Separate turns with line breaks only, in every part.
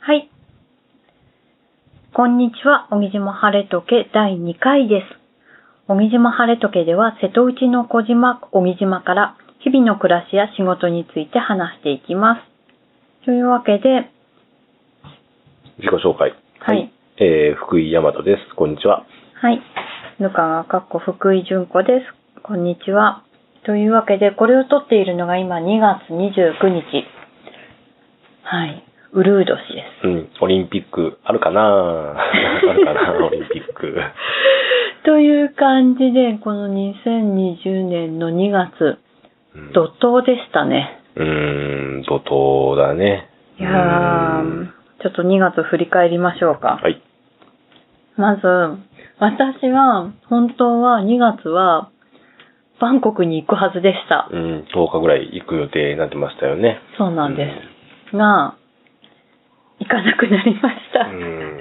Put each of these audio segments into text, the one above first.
はい。こんにちは、小木島晴れとけ第2回です。小木島晴れとけでは、瀬戸内の小島、小木島から、日々の暮らしや仕事について話していきます。というわけで、
自己紹介。
はい。
えー、福井大和です。こんにちは。
はい。ぬかがかっこ福井純子です。こんにちは。というわけで、これを撮っているのが今2月29日。はい。うるう年です。
うん、オリンピックある かなあるかなオリンピック。
という感じで、この2020年の2月、
うん
怒涛でしたね。
うーん、怒涛だね。
いやー
う、
ちょっと2月振り返りましょう
ーん
か。
はい。
まず、私は、本当は2月は、バンコクに行くはずでした。
うん、10日ぐらい行く予定になってましたよね。
そうなんです。が、行かなくなりました。
うん。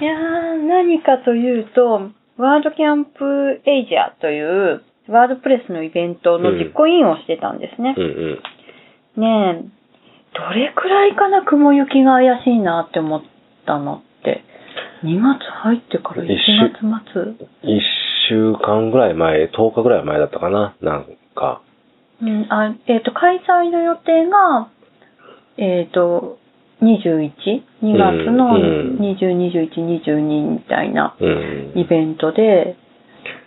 いやー、何かというと、ワールドキャンプエイジアという、ワールドプレスのイベントの実行委員をしてたんですね。
うんうん。
ねえ、どれくらいかな、雲行きが怪しいなって思ったのって。2月入ってから1月末。
1週間ぐらい前、10日ぐらい前だったかななんか。
うん、あえっ、と、開催の予定が、えっ、と、21?2 月の
うん
20、21、22みたいな
うん。
イベントで、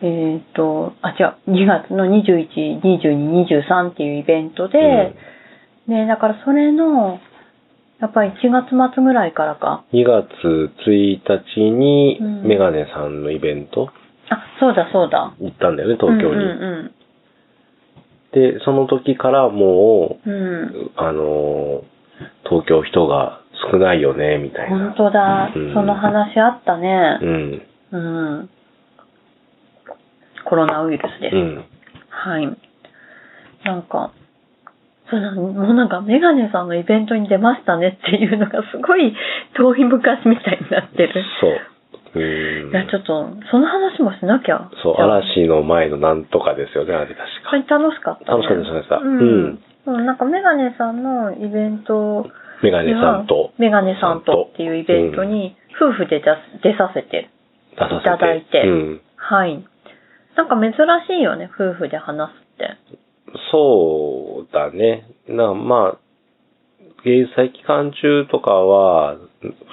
えっ、と、あ、違う、2月の21、22、23っていうイベントで、ね、だからそれの、やっぱり1月末ぐらいからか、
2月1日に
うん
メガネさんのイベント
あ、そうだそうだ。
行ったんだよね、東京に。
うん
で、その時からも
うんうん。
う、あのー、東京人が少ないよね、みた
うん。
いな。
本当だ。
うん
その話あった
う
ね。
ん。
うん。コロナウイルスです。
うん。
はい。なんか、そうなのもうなんかメガネさんのイベントに出ましたねっていうのがすごい遠い昔みたいになってる。
そう。うん。
いや、ちょっと、その話もしなきゃ。
そう、嵐の前のなんとかですよね、あれ確
本当に楽
か。
しかった、
楽しかった楽しかった
うん。
うん
うん、なんかメガネさんのイベント
メガネさんと。
メガネさんとっていうイベントに夫婦で出さ出させて。
出させ
い
て。
ただいて
うん。
はい。なんか珍しいよね、夫婦で話すって。
そうだね。なまあ、芸祭期間中とかは、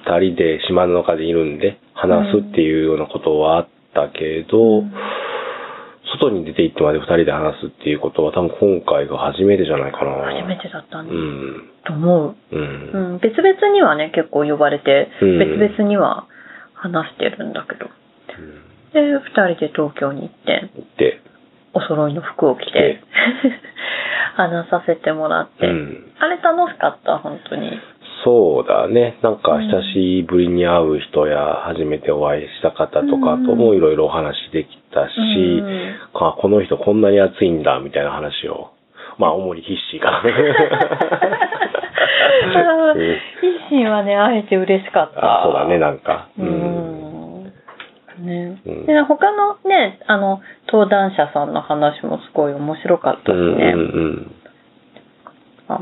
二人で島の中でいるんで、話すっていうようなことはあったけど、
うん
外に出て行ってまで二人で話すっていうことは多分今回が初めてじゃないかな。
初めてだった
うん
だ
ん。
と思う。う
う。
んん、別々にはね、結構呼ばれて、
うん
別々には話してるんだけど。で、二人で東京に行って、
で、
お揃いの服を着
え
て、 話させてもらって。
うん
あれ楽しかった、本当 に。
そうだね。なん
う
か
ん
久しぶりに会う人や初めてお会いした方とかと
う
も
ん
いろいろお話できたし、
うん
あ、この人こんなに熱いんだ、みたいな話を。まあ、主にヒッシ ーから
あー
ね。
一心はね、会えて嬉しかっ
うん
た。
あ、そうだね、なんか。
う。ん。ね
うん
で他のね、あの、登壇者さんの話もすごい面白かったし
うんうん
ね。
うん。
あ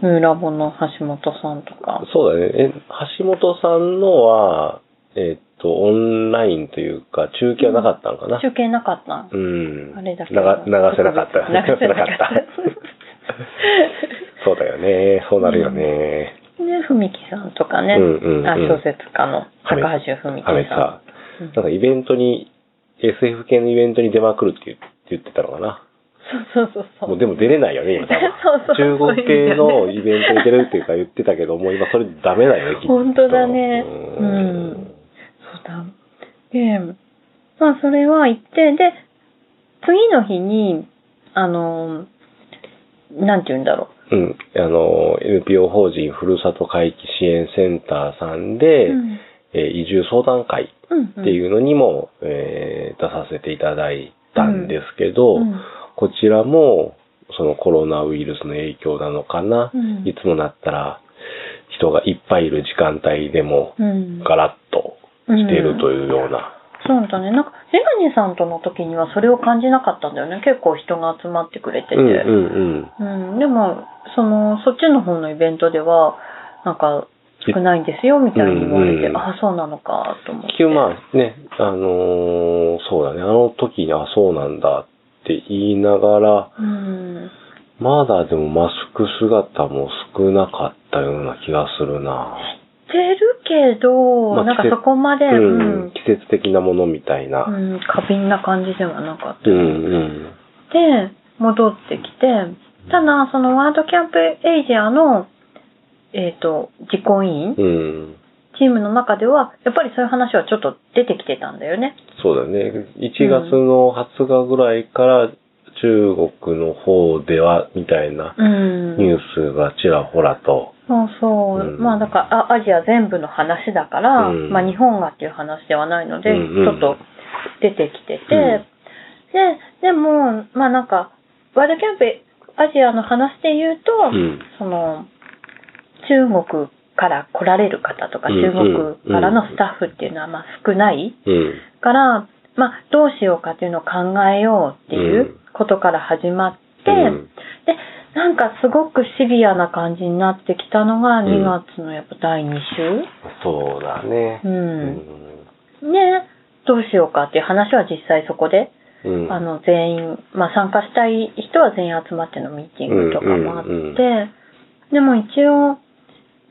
ムーラボの橋本さんとか。
そうだね。え、橋本さんのは、えっと、オンラインというか、中継はなかったのかな。
中継なかった。
うん。
あれだけ
流
ど
流せなかった。
流せなかった
そうだよね。そうなるよね。
ね、文木さんとかね。
うんうんうん
あ小説家の高橋文
あれ
木さ
さ、
ん。う
なん
ん
かイベントに、SF 系のイベントに出まくるって言ってたのかな。
そうそうそうそ
も
う
う。でも出れないよね、今多
そうそう
分。中国系のイベントに出れるっていうか言ってたけど、もう今それダメだよね、 きっと。
本当だね
う
うん
ん。
そうだ。で、まあそれは行って、で、次の日に、あの、なんて言うんだろ
うん。あの、NPO 法人ふるさと回帰支援センターさん
う。
で、
うん
えー移住相談会
うんうん
っていうのにも、えー出させていただいたんですけど、
うん
こちらも、そのコロナウイルスの影響なのかな、
うん
いつもなったら人がいっぱいいる時間帯でも
うん
ガラッとしているというような、
そうだね。なんか、メガネさんとの時にはそれを感じなかったんだよね。結構人が集まってくれてて。
うんうんうん。
うんでも、その、そっちの方のイベントでは、なんか少ないんですよ、みたいに言われて、
うんうん
ああ、そうなのか、と思って。
結局まあね、あのーそうだね、あの時に、あ、そうなんだって言いながら、
うん。
まだでもマスク姿も少なかったような気がするな。
してるけど、
まあ
なんか
季節
そこまで、
う
うん
ん、季節的なものみたいな。
うん、過敏な感じではなかった。
うん、うん。
で、戻ってきて、ただ、そのワードキャンプエイジアの、えっ、と、実行委員、
うん。
チームの中では、やっぱりそういう話はちょっと出てきてたんだよね。
そうだね。1月の20日ぐらいから中国の方では、みたいな
うん。
ニュースがちらほらと。
そうそう。
うん
まあだからあ、アジア全部の話だから、
うん
まあ日本がっていう話ではないので、
うんうん
ちょっと出てきてて、
うん
で、でも、まあなんか、ワールドキャンプアジアの話で言うと、
うん。
その、中国から来られる方とか、
うん
中
うん
国からのスタッフっていうのはまあ少ない
うん。
から、まあどうしようかっていうのを考えようっていううんことから始まって、
うん
で、なんかすごくシビアな感じになってきたのが
うん
2月のやっぱ第2
そうだね。
週。う。
うん
で、どうしようかっていう話は実際そこで、
うん
あの全員、まあ参加したい人は全員集まってのミーティングとかもあって、
うんうんうん
でも一応、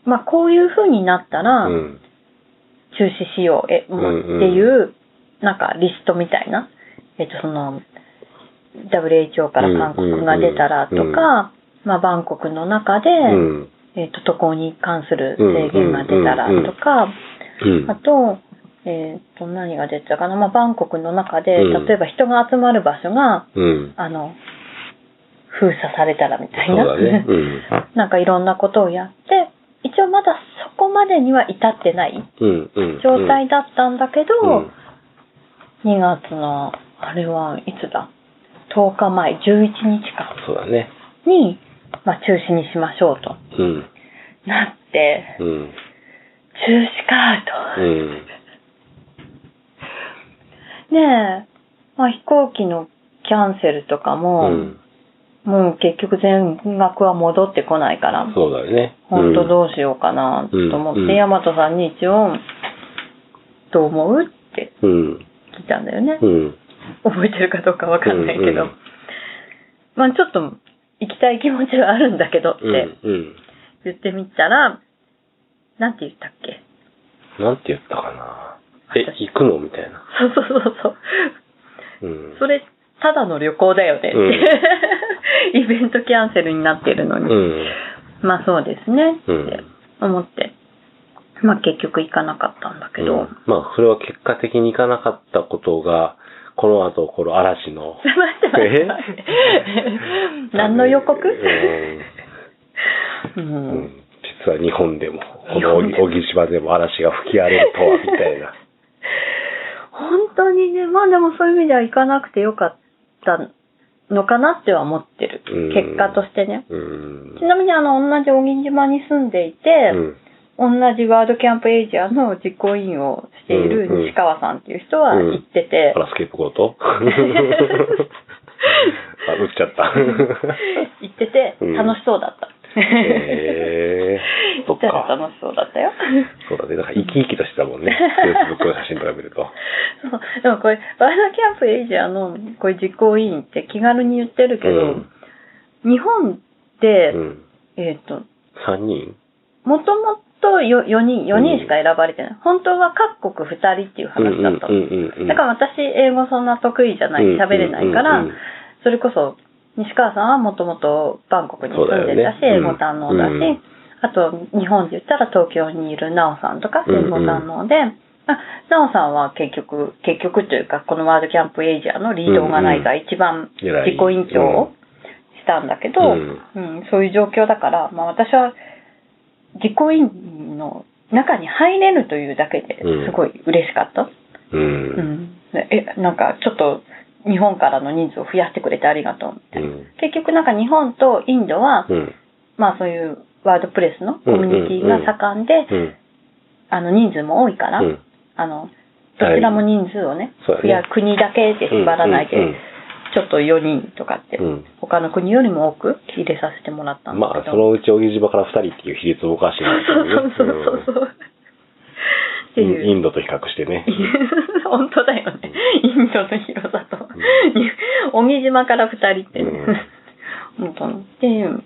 まあこういう風になったら
う
中
ん。
止しよう、え、もう
うんうん
っていう、なんかリストみたいな、えっとその、WHO から韓国が出たらとか、
うんうんうん
まあバンコクの中で、
うん。
えっ、と、渡航に関する制限が出たらとか、
うん
あと、えっ、と、何が出てたかな、まあ、バンコクの中で、
うん
例えば人が集まる場所が、
うん。
あの、封鎖されたらみたい
そう
な、
だね。うん。
なんかいろんなことをやって、一応まだそこまでには至ってない
うん。うん。
状態だったんだけ
う
ど、
ん
2月の、あれはいつだ、10日前、11日か、
そうだね。
に、まあ、中止にしましょうと
うん。
なって、
うん。
中止かと。
うん。
ねえ、まあ、飛行機のキャンセルとか
う
も、
ん。
もう結局全額は戻ってこないから、
そうだよね。
本当
う
どうしようかなと思って、
うんうん
ヤマトさんに一応、どう思うって
うん。
聞いたんだよね。
うん。
覚えてるかどうかわかんないけど。
うんうん
まあちょっと行きたい気持ちはあるんだけどって
うん。うん。
言ってみたら、なんて言ったっけ
なんて言ったかな。え、行くのみたいな。
そうそうそうそう。
うん。
それ、ただの旅行だよねって。 イベントキャンセルになってるのに。
うん。
まあそうですねっ
う
て
ん。
思って。まあ結局行かなかったんだけ ど。
うんまあ、それは結果的に行かなかったことが、この後、この嵐の。
待って待って待って
え
何の予告、う
うん
ん、
実は日本でも、こ
日
の
本で
小木島でも嵐が吹き荒れるとは、みたいな。
本当にね、まあでもそういう意味では行かなくてよかったのかなっては思ってる
うん。
結果として ね。
うん
ち。なみにあの、同じ小木島に住んでいて、
うん
同じワールドキャンプエイジアの実行委員をしている西川さんっていう人は行ってて、
あら、スケープゴートあ、打っちゃった。
行ってて
うん
楽しそうだった。
へー
行ったら楽しそうだったよ。
そうだね。なんか生き生きとしてたもんね。Facebook の写真とか 見ると。
そうでもこれ、ワールドキャンプエイジアの、こういう実行委員って気軽に言ってるけど、日本って、
うん。うん。
えっ、と、
3人、
もともと4人、4人しか選ばれてない。本当は各国2人っていう話だったの。だからら私、英語そんな得意じゃない、喋れないから、
うんうんうんうん
それこそ、西川さんはもともとバンコクに住んでたし、
そうだよね
英語堪能だし、
うんうん
あと、日本で言ったら東京にいるナオさんとか、
うんうん
英語堪能で、あナオさんは結局、結局というか、このワールドキャンプエイジアのリードがないが一番
偉い
実行委員長をしたんだけど、
うん
うんそういう状況だから、まあ私は実行委員の中に入れるというだけですごい嬉しかった。
う。
うんん、えなんかちょっと日本からの人数を増やしてくれてありがとうみた
う
いな、
ん。
結局なんか日本とインドは、
うん。
まあそういうワードプレスのコミュニティが盛んで、
うん。
あの人数も多いから、
うん
あのどちらも人数をね、
そうだね
増や国だけで縛らないで、
うんうん
ちょっと4人とかって、
うん
他の国よりも多く入れさせてもらったんです
まあ、
け
そ
ど。
のうち、小木島から二人っていう比率をおかしいんです
そ
け
う
ど
そうそう
ね
そうそう。って
うん
いう。
インインドと比較してね。
本当だよね。インドの広さと。小木島から二人ってね。本当に。っていう、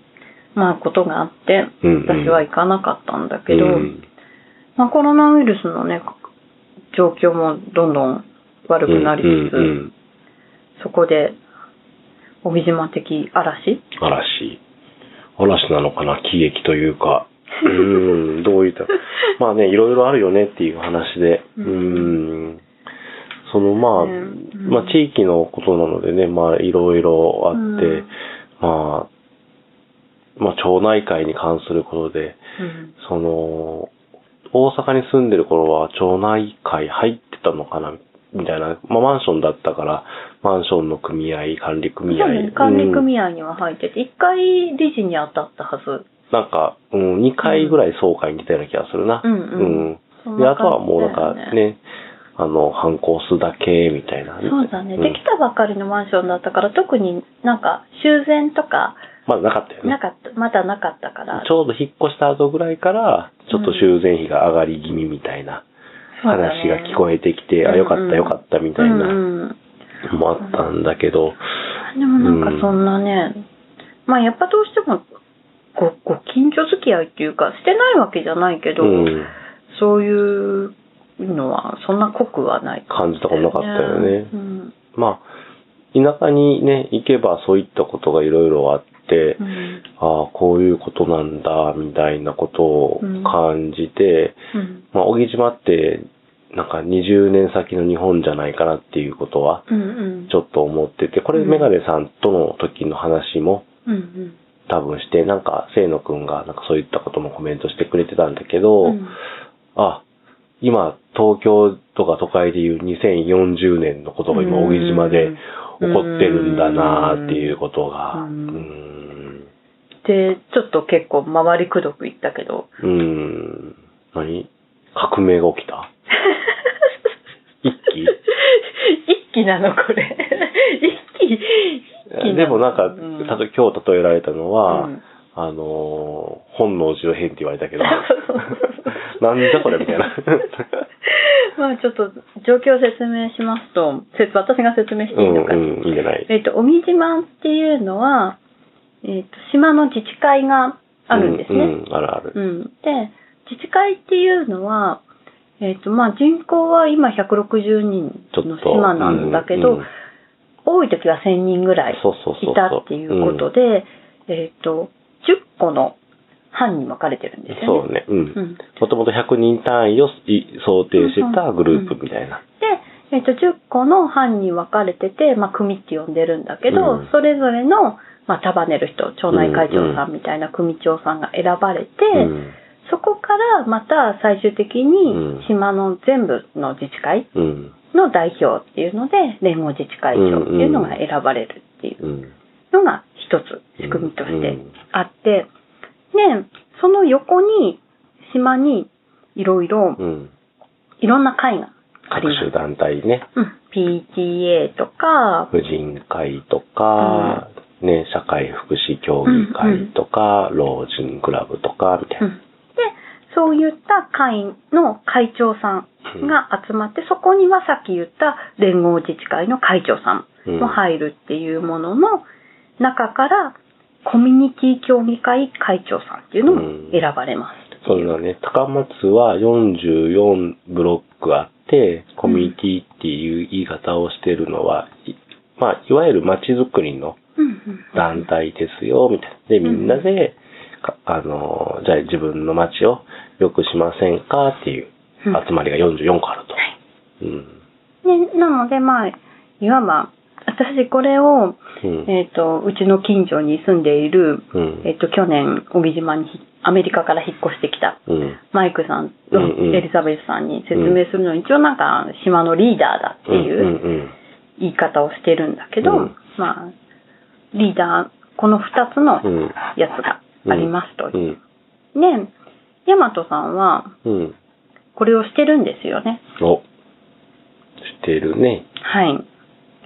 まあ、ことがあって、
うんうん
私は行かなかったんだけど、
うん
まあ、コロナウイルスのね、状況もどんどん悪くなりつつ、
うんうん
そこで、小木島的嵐
嵐。嵐なのかな喜劇というか。うーん、どういった。まあね、いろいろあるよねっていう話で。う
う
ー
ん
ん。そのまあ、
ねうん
まあ地域のことなのでね、まあいろいろあって、
うん
まあ、まあ町内会に関することで、
うん。
その、大阪に住んでる頃は町内会入ってたのかなみたいな。まあマンションだったから、マンションの組合、管理組合。
そうね、管理
うん
組合には入ってて、一回理事に当たったはず。
なんか、うん、2回ぐらい総会に出たような気がするな。
うんうん
うん
そん
で、あ
な感じだよね
とはもうなんかね、あの、反抗すだけ、みたいな。
そうだね、
ん
できたばかりのマンションだったから、特になんか修繕とか、
まだなかったよね
な。かった、まだなかったから
ち、ょうど引っ越した後ぐらいから、ちょっと修繕費が上がり気味みたいな
そうだね
話が聞こえてきて、あ、よかったよかったみた
う
い
ん
な、
うん
もあったんだけど、
でもなんかそんなね、まあやっぱどうしてもご、ご近所付き合いっていうか、してないわけじゃないけど、
うん、
そういうのはそんな濃くはない。
感じたことなかったよね。
うん。
まあ、田舎にね、行けばそういったことがいろいろあって、
うん。
ああ、こういうことなんだ、みたいなことを感じて、
うん。
まあ、小木島って、なんか20年先の日本じゃないかなっていうことは、
うんうん。
ちょっと思ってて、これ
うん
メガネさんとの時の話も
うんうん。
多分して、なんか、清野くんが、なんかそういったこともコメントしてくれてたんだけど、
うん
あ、今、東京とか都会でいう2040年のことが今、
うん
小木島で起こってるんだなっていうことが、う
うん
ん
で、ちょっと結構回りくどく言ったけど、
うーん。何革命が起きた一
一気なのこれ。一気、一気な
気
の
でもなんか、
うん
たと今日例えられたのは、
うん、
あのー本能寺の変って言われたけどなんじゃこれみたいな。
まあちょっと状況を説明しますと、せ私が説明し
う
ていいのかな、
んうん、いいんじゃない。
えっと、小木島っていうのは、えっと、島の自治会があるんです
う
ね。
ん、うんあるある。
うんで、自治会っていうのは、えっと、まあ人口は今160人
ちょ
の
っと。
島なんだけど、
うんうん
多い時は1000人ぐらい
そうそうそうそう
いたっていうことで、えっと、10個の班に分かれてるんですよ
そ
ね。
うね。うん
うん。
もともと100人単位をい想定してたグループみたいな。
で、えっと10個の班に分かれてて、まあ、組って呼んでるんだけど、
うん
それぞれの、まあ、束ねる人町内会長さんみたいな組長さんが選ばれて、
うん。
そこからまた最終的
うん
に島の全部の自治会
うん。
の代表っていうので連合自治会長っていうのが選ばれるっていう
うん。
のが一つ仕組みとしてあって、でその横に島にいろいろ
うん。
いろんな会があり
各
ます。
種団体ね。
うん、PTA とか、
婦人会とか、ね、社会福祉協議会とか、老人クラブとか、みたい
うん、
な。
で、そういった会の会長さんが集まって、そこにはさっき言った連合自治会の会長さんも入るっていうものの中から、コミュニティ協議会会長さんっていうのも選ばれますって
そ
いうう。
だね、高松は44ブロックあって、コミュニティっていう言い方をしてるのは、いまあ、いわゆる街づくりの
うんうん
団体ですよ、みたいな。で、みんなで、かあの、じゃあ自分の街を良くしませんかっていう
うん
集まりが44個あると。
はい
うん。
ね、なので、まあ、いわば、私これを、
うん
えっ、と、うちの近所に住んでいる、
うん
えっ、と、去年、小木島にひ、アメリカから引っ越してきた、
うん。
マイクさん、
うんうん
エリザベスさんに説明するのに、一応なんか、島のリーダーだって
うん
いう
うん
言い方をしてるんだけど、
うん
まあ、リーダー、この二つの
うん
やつが
うん
ありますと。
うん。
で、ヤマトさんは、
うん。
これをしてるんですよね。
お、してるね。
はい。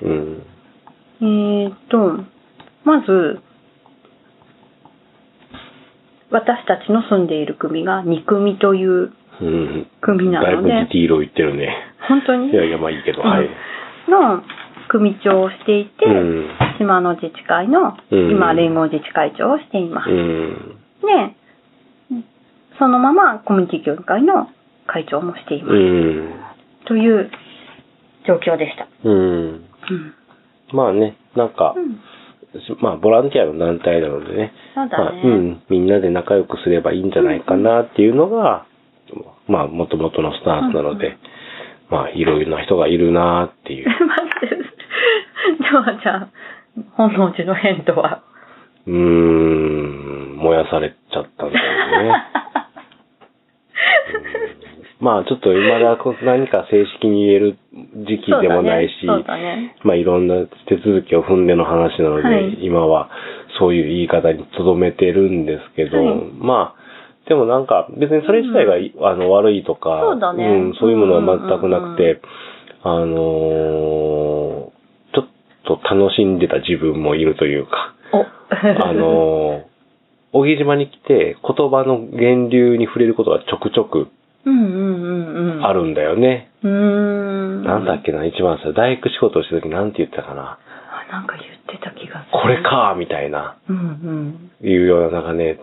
うん。
えーっと、まず、私たちの住んでいる組が2組という、
うん。
組な
だい
の
ぶ
で
ディティールを言ってるね。
本当に
いやいや、まあいいけど、はい。
の組長をしていて、
うん
島の自治会の、
うん
今、連合自治会長をしています。
う
で、
ん。
そのままコミュニティ協議会の会長もしています。
うん。
という状況でした。
うん。
うん。
まあね、なんか、
うん
まあボランティアの団体なのでね、
そうだね
まあうん、みんなで仲良くすればいいんじゃないかなっていうのが、まあもともとのスタンスなので、
うんう
まあいろいろな人がいるなってい う。
待って。じゃあ、じゃあ、本能寺の変とは。
うーん、燃やされちゃったんだよね。まあちょっとまだこう何か正式に言える時期でもないし、
そうだね。
まあいろんな手続きを踏んでの話なので、
はい
今はそういう言い方に留めてるんですけど、
はい
まあ、でもなんか別にそれ自体がい、あの悪いとか
そうだね
ん、そういうものは全くなくて、あのーちょっと楽しんでた自分もいるというか、
そうだ ねお。
あのー小木島に来て言葉の源流に触れることがちょくちょく
うんうんうんうん。
あるんだよね。
うーん。
なんだっけな、一番さ、大工仕事をした時なんて言ってたかな。
あなんか言ってた気がする。
これ。かみたいな、
うんうん。
いうような、なんかね、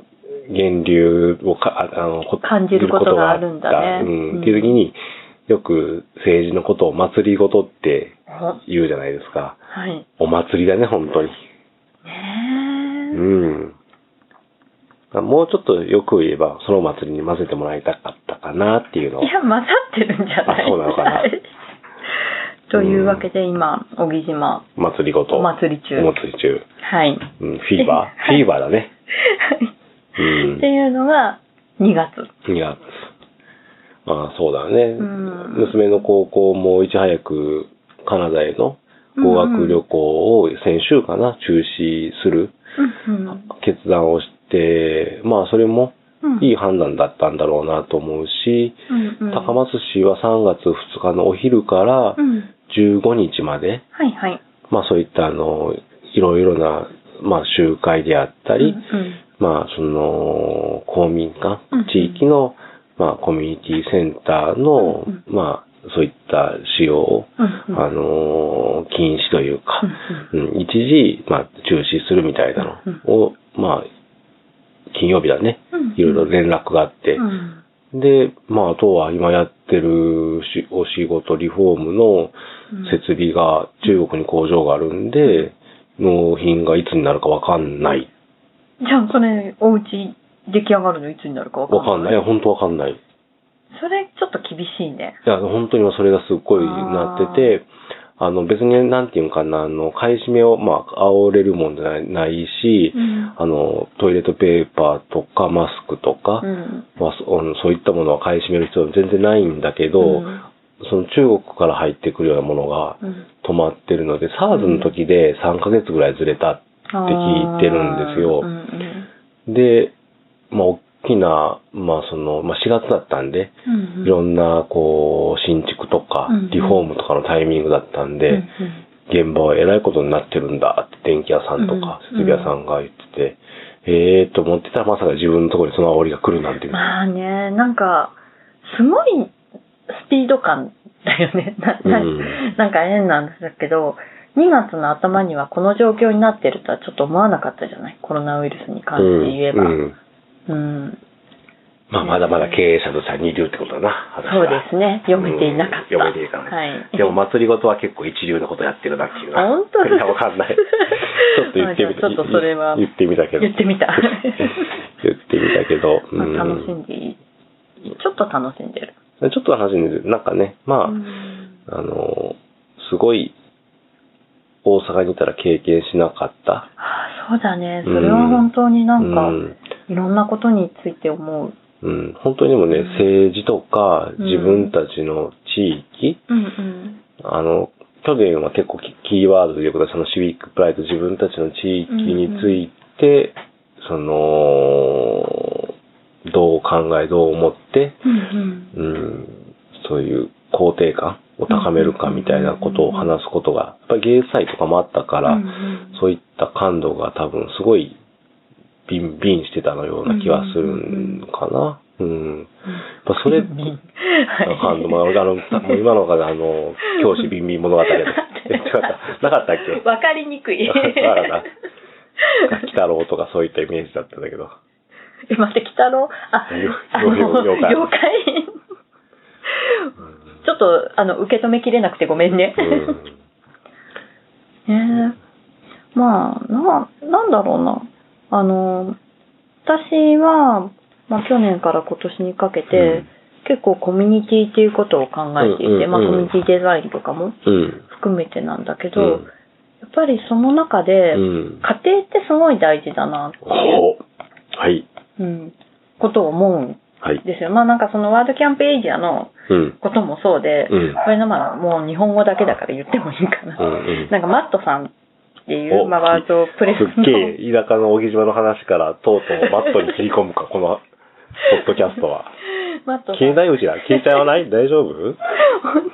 源流をか、ああの、こ
感じることがあるんだね
見ることがあったうん
うん
っていう時に、よく政治のことを祭りごとって
おは
言うじゃないですか。
い。
お祭りだね、本当に。う
ねえ。
ん。もうちょっとよく言えば、その祭りに混ぜてもらいたかったかなっていうのを
い。や、混ざってるんじゃない
あそうなのかな
はい というわけで、今、小木島。
祭りごと。
お祭り中
お祭り中。
はい。
うん、フィーバーフィーバーだね。うん
っていうのが、2月。
いや、まあそうだね。
うん
娘の高校もいち早くカナダへの語学旅行を先週かな、中止する
うんうん。
決断をして、まあそれも
うん
いい判断だったんだろうなと思うし、
うんうん
高松市は3月2日のお昼か
う
ら
ん。
15日まで、
はいはい。
まあそういったあの、いろいろな、まあ集会であったり、
うんうん
まあ、その、公民館
うんうん、
地域の、まあ、コミュニティセンターの、
うん
まあ、そういった使用を、
うんうん
あのー禁止というか、うん一時、まあ、中止するみたいなのを、まあ、金曜日だね
うんうん、
いろいろ連絡があって、
うん
で、まあ、あとは今やってるしお仕事、リフォームの設備が、中国に工場があるんで、納品がいつになるかわかんない
じゃあ、これ、お家出来上がるのいつになるかわかん
わ
ない。
かんない。いや、本当わかんない。い
それ、ちょっと厳しいね。
や、本当にそれがすっごいなってて、あの、別に、なんていうんかな、あの、買い占めを、まあ、煽れるもんじゃないないし、
うん
あの、トイレットペーパーとか、マスクとか、
うん。
まあそうんそういったものは買い占める必要は全然ないんだけど、
うん
その中国から入ってくるようなものが
うん
止まってるので、SARS の時で3ヶ月ぐらいずれたって聞いてるんですよ。
あーうん
で、まあ、大きな、まあ、その、まあ、4月だったんで、
うんうん
いろんな、こう、新築とか
うんうん、
リフォームとかのタイミングだったん
うん
で、現場はえらいことになってるんだって、電気屋さんとか、
うんう
設
ん
備屋さんが言ってて、ええーと思ってたらまさか自分のところにその煽りが来るなんて
うん。まあね、なんか、すごいスピード感だよね。 なな
うん
なんか変なんですけど、2月の頭にはこの状況になってるとはちょっと思わなかったじゃないコロナウイルスに関して言えば。
うんうん
うん
まあ、まだまだ経営者としては二流ってことだな、私
そう
は
ですね。読めていなかった。
うん読めていかない。
はい。
でも、祭りごとは結構一流のことやってるなっていうな。
本当
いや、わかん ない。ちょっと言ってみた。
あじゃあちょっとそれは
言ってみたけど。
言ってみた
言ってみたけど。
まあ
うん
楽しんでいい。ちょっと楽しんでる。
ちょっと話に、なんかね、まあ、
うん
あの、すごい、大阪にいたら経験しなかった。
ああそうだね。それは本当になんか、
うん
いろんなことについて思う。
うん、本当にでもね、
うん
政治とか、
うん
自分たちの地域、
うんうん。
あの、去年は結構キキーワードということで、そのシビックプライド、自分たちの地域について、その、どう考え、どう思って、
うん
うん、そういう肯定感を高めるかみたいなことを話すことが、やっぱり芸祭とかもあったから、
うんうん
そういった感度が多分すごいビンビンしてたのような気がするんかな。うん。やっぱそれ、
はい
感度も、あの、もう今のがあの、教師ビンビン物 語だ。え違ったなかったっけ
わかりにくい。
わからな柿太郎とかそういったイメージだったん だけど。
え、待って、鬼太郎あ、
よ
あの
よよ
妖
妖怪
怪。ちょっと、あの、受け止めきれなくてごめんね。
うん。
ねえまあ、な、なんだろうな。あの、私は、まあ、去年から今年にかけて、
うん
結構コミュニティっていうことを考えていて、
うんうんうん
まあ、コミュニティデザインとかも
うん。
含めてなんだけど、
うん
やっぱりその中で、
うん。
家庭ってすごい大事だなっていう、
ほうはい。
うん、ことを思うん
はい。
ですよ。まあなんかそのワードキャンペーンエイジアの
うん。
こともそうで、
うん
これのまあもう日本語だけだから言ってもいいかな。
うんうん
なんかマットさんっていう、
お
まあ、ワードプレス
す
の
っげえ田舎の小木島の話からとうとうバットに切り込むか、この、ポッドキャストは。
マットさ
携
ん。
帯うちだ。携帯はない大丈 夫
本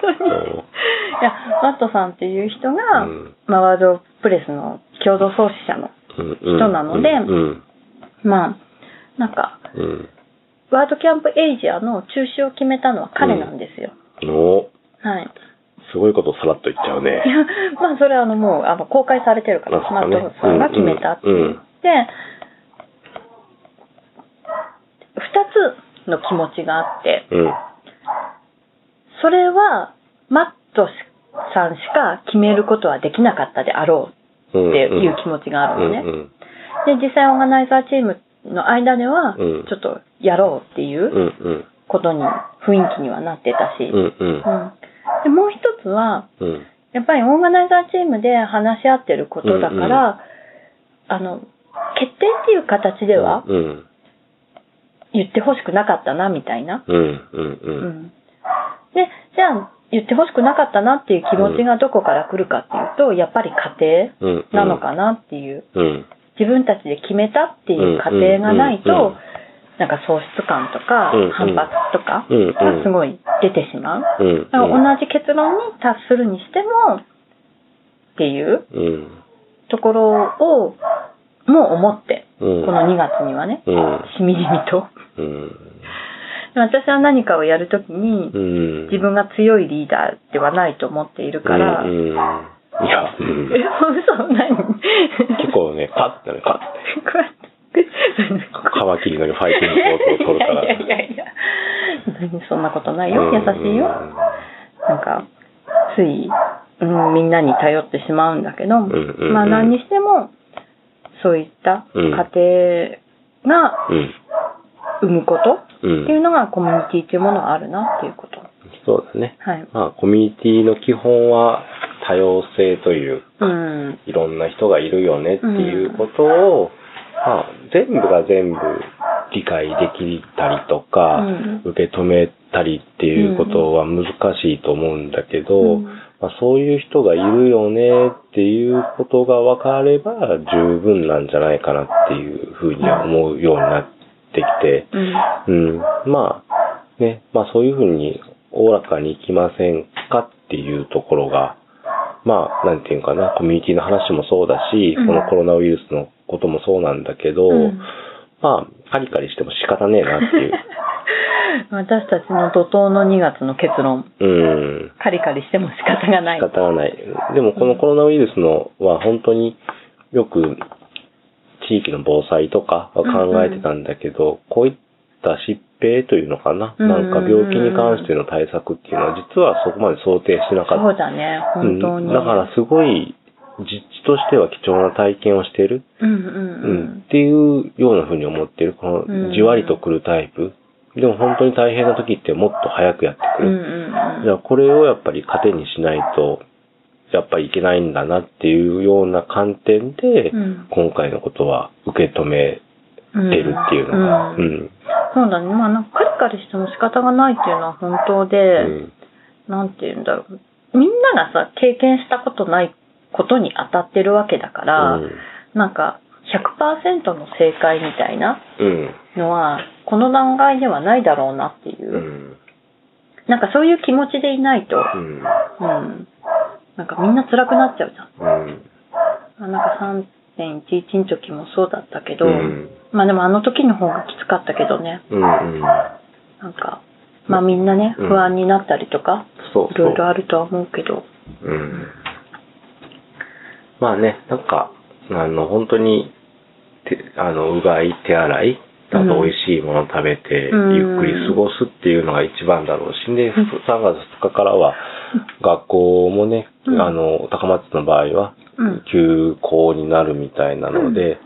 当に。い
そう
や、マットさんっていう人が、
うん
まあ、ワードプレスの共同創始者の、
うん
人なので
うん。
まあ、なんか、
うん。
ワードキャンプエイジアの中止を決めたのは彼なんですよ。
うんお
はい。
すごいことさらっと言っちゃうね
い。や、まあそれはあのもうあの公開されてるから、
あ
マ
そう
ッ
ね
トさんが決めたって言って、二つの気持ちがあって、
うん。
それはマットさんしか決めることはできなかったであろ
う
うっ
ん。
ていう気持ちがあるのね。
うん
で、実際オーガナイザーチームの間では、
うん
ちょっとやろうってい
うん。う。
うんことに雰囲気にはなってたし、
うん。うん。
うんでもう一つは、
うん。
やっぱりオーガナイザーチームで話し合ってることだから、あの、決定っていう形では
うん。
言ってほしくなかったな、みたいな。
うん。うん。う。
うんん。で、じゃあ、言ってほしくなかったなっていう気持ちがどこから来るかっていうと、やっぱり家
うんうん
庭なのかなっていう、
うん。
自分たちで決めたっていう過程がない
うんうんうんう
と
ん、
なんか喪失感とか
うんうん、
反発とか
うんうん
がすごい出てしまう。
うん。
だから同じ結論に達するにしても、っていう
うん。
ところを、もう思って、
うん。
この2月にはね、
うん。
しみじみと。
うん。
で私は何かをやるときに、
うん。
自分が強いリーダーではないと思っているから、
うん。
え、
うんいや、うん
嘘何こ
結構ね、パッて ね、パッて。
うやって。
カ切りのファイティングポーズを取るから。
いやいやいやいや何そんなことないよ。優しいよ。なんか、つい、うん、みんなに頼ってしまうんだけど、
んうんうん
まあ何にしても、そういった家庭が
うん。
生むこと
うん。
っていうのがコミュニティっていうものがあるなっていうこと。
そうだね。
はい。
まあ、コミュニティの基本は多様性という、
うん。
いろんな人がいるよねっていうことを、まあ、全部が全部理解できたりとか、
うん
受け止めたりっていうことは難しいと思うんだけ
う
ど、
ん
まあ、そういう人がいるよねっていうことが分かれば十分なんじゃないかなっていうふうには思うようになってきて、
うん。
うん、まあ、ね、まあそういうふうにおおらかにいきませんかっていうところが、まあ、なんていうかな、コミュニティの話もそうだし、
うん
このコロナウイルスのこともそうなんだけど、
うん
まあ、カリカリしても仕方ねえ なっていう。
私たちの怒涛の2月の結論、
うん。
カリカリしても仕方がない。
仕方がない。でもこのコロナウイルスのは本当によく地域の防災とかは考えてたんだけど、こういった疾病というのかな、
うんうんうん
なんか病気に関しての対策っていうのは実はそこまで想定してなか
そう
っ
だね、
た。
本当に。
うんだから、すごい実地としては貴重な体験をしている、
うんう
うん
んうん。
っていうようなふうに思ってる。このじわりと来るタイプ。でも本当に大変な時ってもっと早くやってく
うん
る。
うん
じゃあこれをやっぱり糧にしないと、やっぱりいけないんだなっていうような観点で、
うん
今回のことは受け止め
う
て
ん。
るっていうのが、うん。
そうだね。まあ、なんかカリカリしても仕方がないっていうのは本当で、
うん
なんて言うんだろう。みんながさ、経験したことないことに当たってるわけだから、
うん
なんか100%の正解みたいな
うん。
のは、この段階ではないだろうなっていうう。
ん。
なんかそういう気持ちでいないと、
うん。
うん。なんかみんな辛くなっちゃうじゃん。
うん。
あなんか3.11の時もそうだったけど、
うん
まあでもあの時の方がきつかったけどね。
うん。うん。
なんか、まあみんなね、
うん
不安になったりとか、
そう
い
そう。
ろいろあるとは思うけど。
うん。まあね、なんか、あの、本当に、てあの、うがい、手洗い、あ
う
と
ん
美味しいもの食べて、
うん
ゆっくり過ごすっていうのが一番だろうし、で、
ん
3月2日から は、学校もね、
うん
あの、高松の場合は、
うん。
休校になるみたいなので、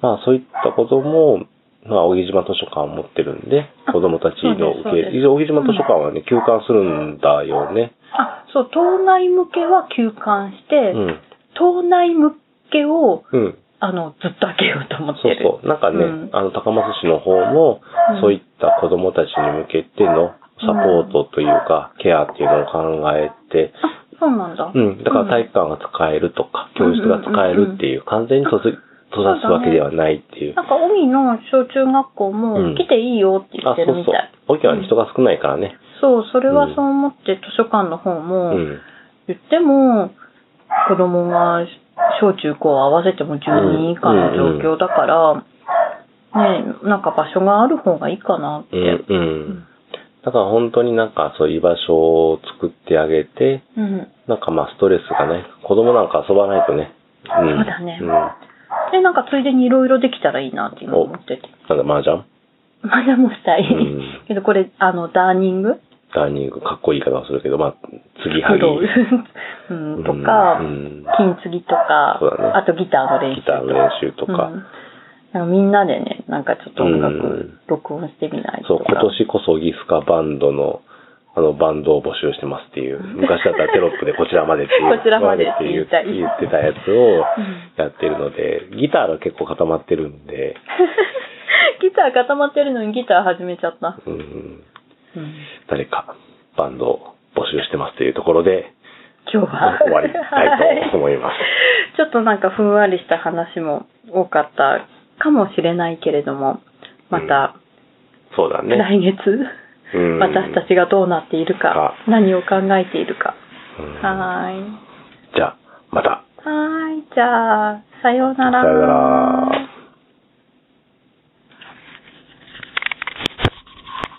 まあそういったことも、まあ、小木島図書館を持ってるんで、
あ
子供たちの受け
そうですそうです
入れ、小木島図書館はね、休館するんだよね。
あ、そう、党内向けは休館して、
うん。
党内向けを、
うん。
あの、ずっと開けようと思って
そう
る。
そう。なんかね、
うん
あの、高松市の方も
うん、
そういった子供たちに向けてのサポートというか、ケアっていうのを考えて、
あ、そうなんだ。
うん。だから体育館が使えるとか、教室が使えるっていう、完全に閉ざ閉ざすわけではないっていう。
なんか、海の小中学校
う
も
ん
来ていいよって言
あ
っ、
そ
てる
う
み
そ
た
う
い。。
沖縄に人が少ないからね。
そう、それ
う
は
ん
そう思って図書館の方
う
も、
ん。
言っても、子供が小中高合わせても10人以下の状況だから、ねえ、なんか場所がある方がいいかなって。
うん。うん。だから本当になんかそういう居場所を作ってあげて、
うん。
なんかまあストレスがない。子供なんか遊ばないとね。うん。
そうだね
うん。な
で、なんかついでにいろいろできたらいいなって今思ってて。
んか麻雀
まだもしたい。
うん
けどこれ、あの、ダーニング
ダーニング、かっこいい言い方をするけど、まあ、継ぎはぎ。
工藤 うん、とか、
うん
金継ぎとか、
そうだね
あとギターの練習
ギ
と
タ
か。
ー
う。
の練習とか
んなんかみんなでね、なんかちょっと音
う
楽
ん、
録音してみないと
そう、
か。
今年こそギスカバンドの、あの、バンドを募集してますっていう、昔だったらテロップでこ ちらまでっていう、
こちらまでって言いたい
言ってたやつをやってるので、ギターが結構固まってるんで、
ギター固まってるのにギター始めちゃった。
うん、
うん
誰かバンドを募集してますというところで、
今日は。
終わりたいと思います
はちょっとなんかふんわりした話も多かったかもしれないけれども、また
そうだね。
来月、
うん
私たちがどうなっているか
か、
何を考えているか。
うん
はーい。
じゃあ、また。
はーい。じゃあ、さようなら。
さようなら。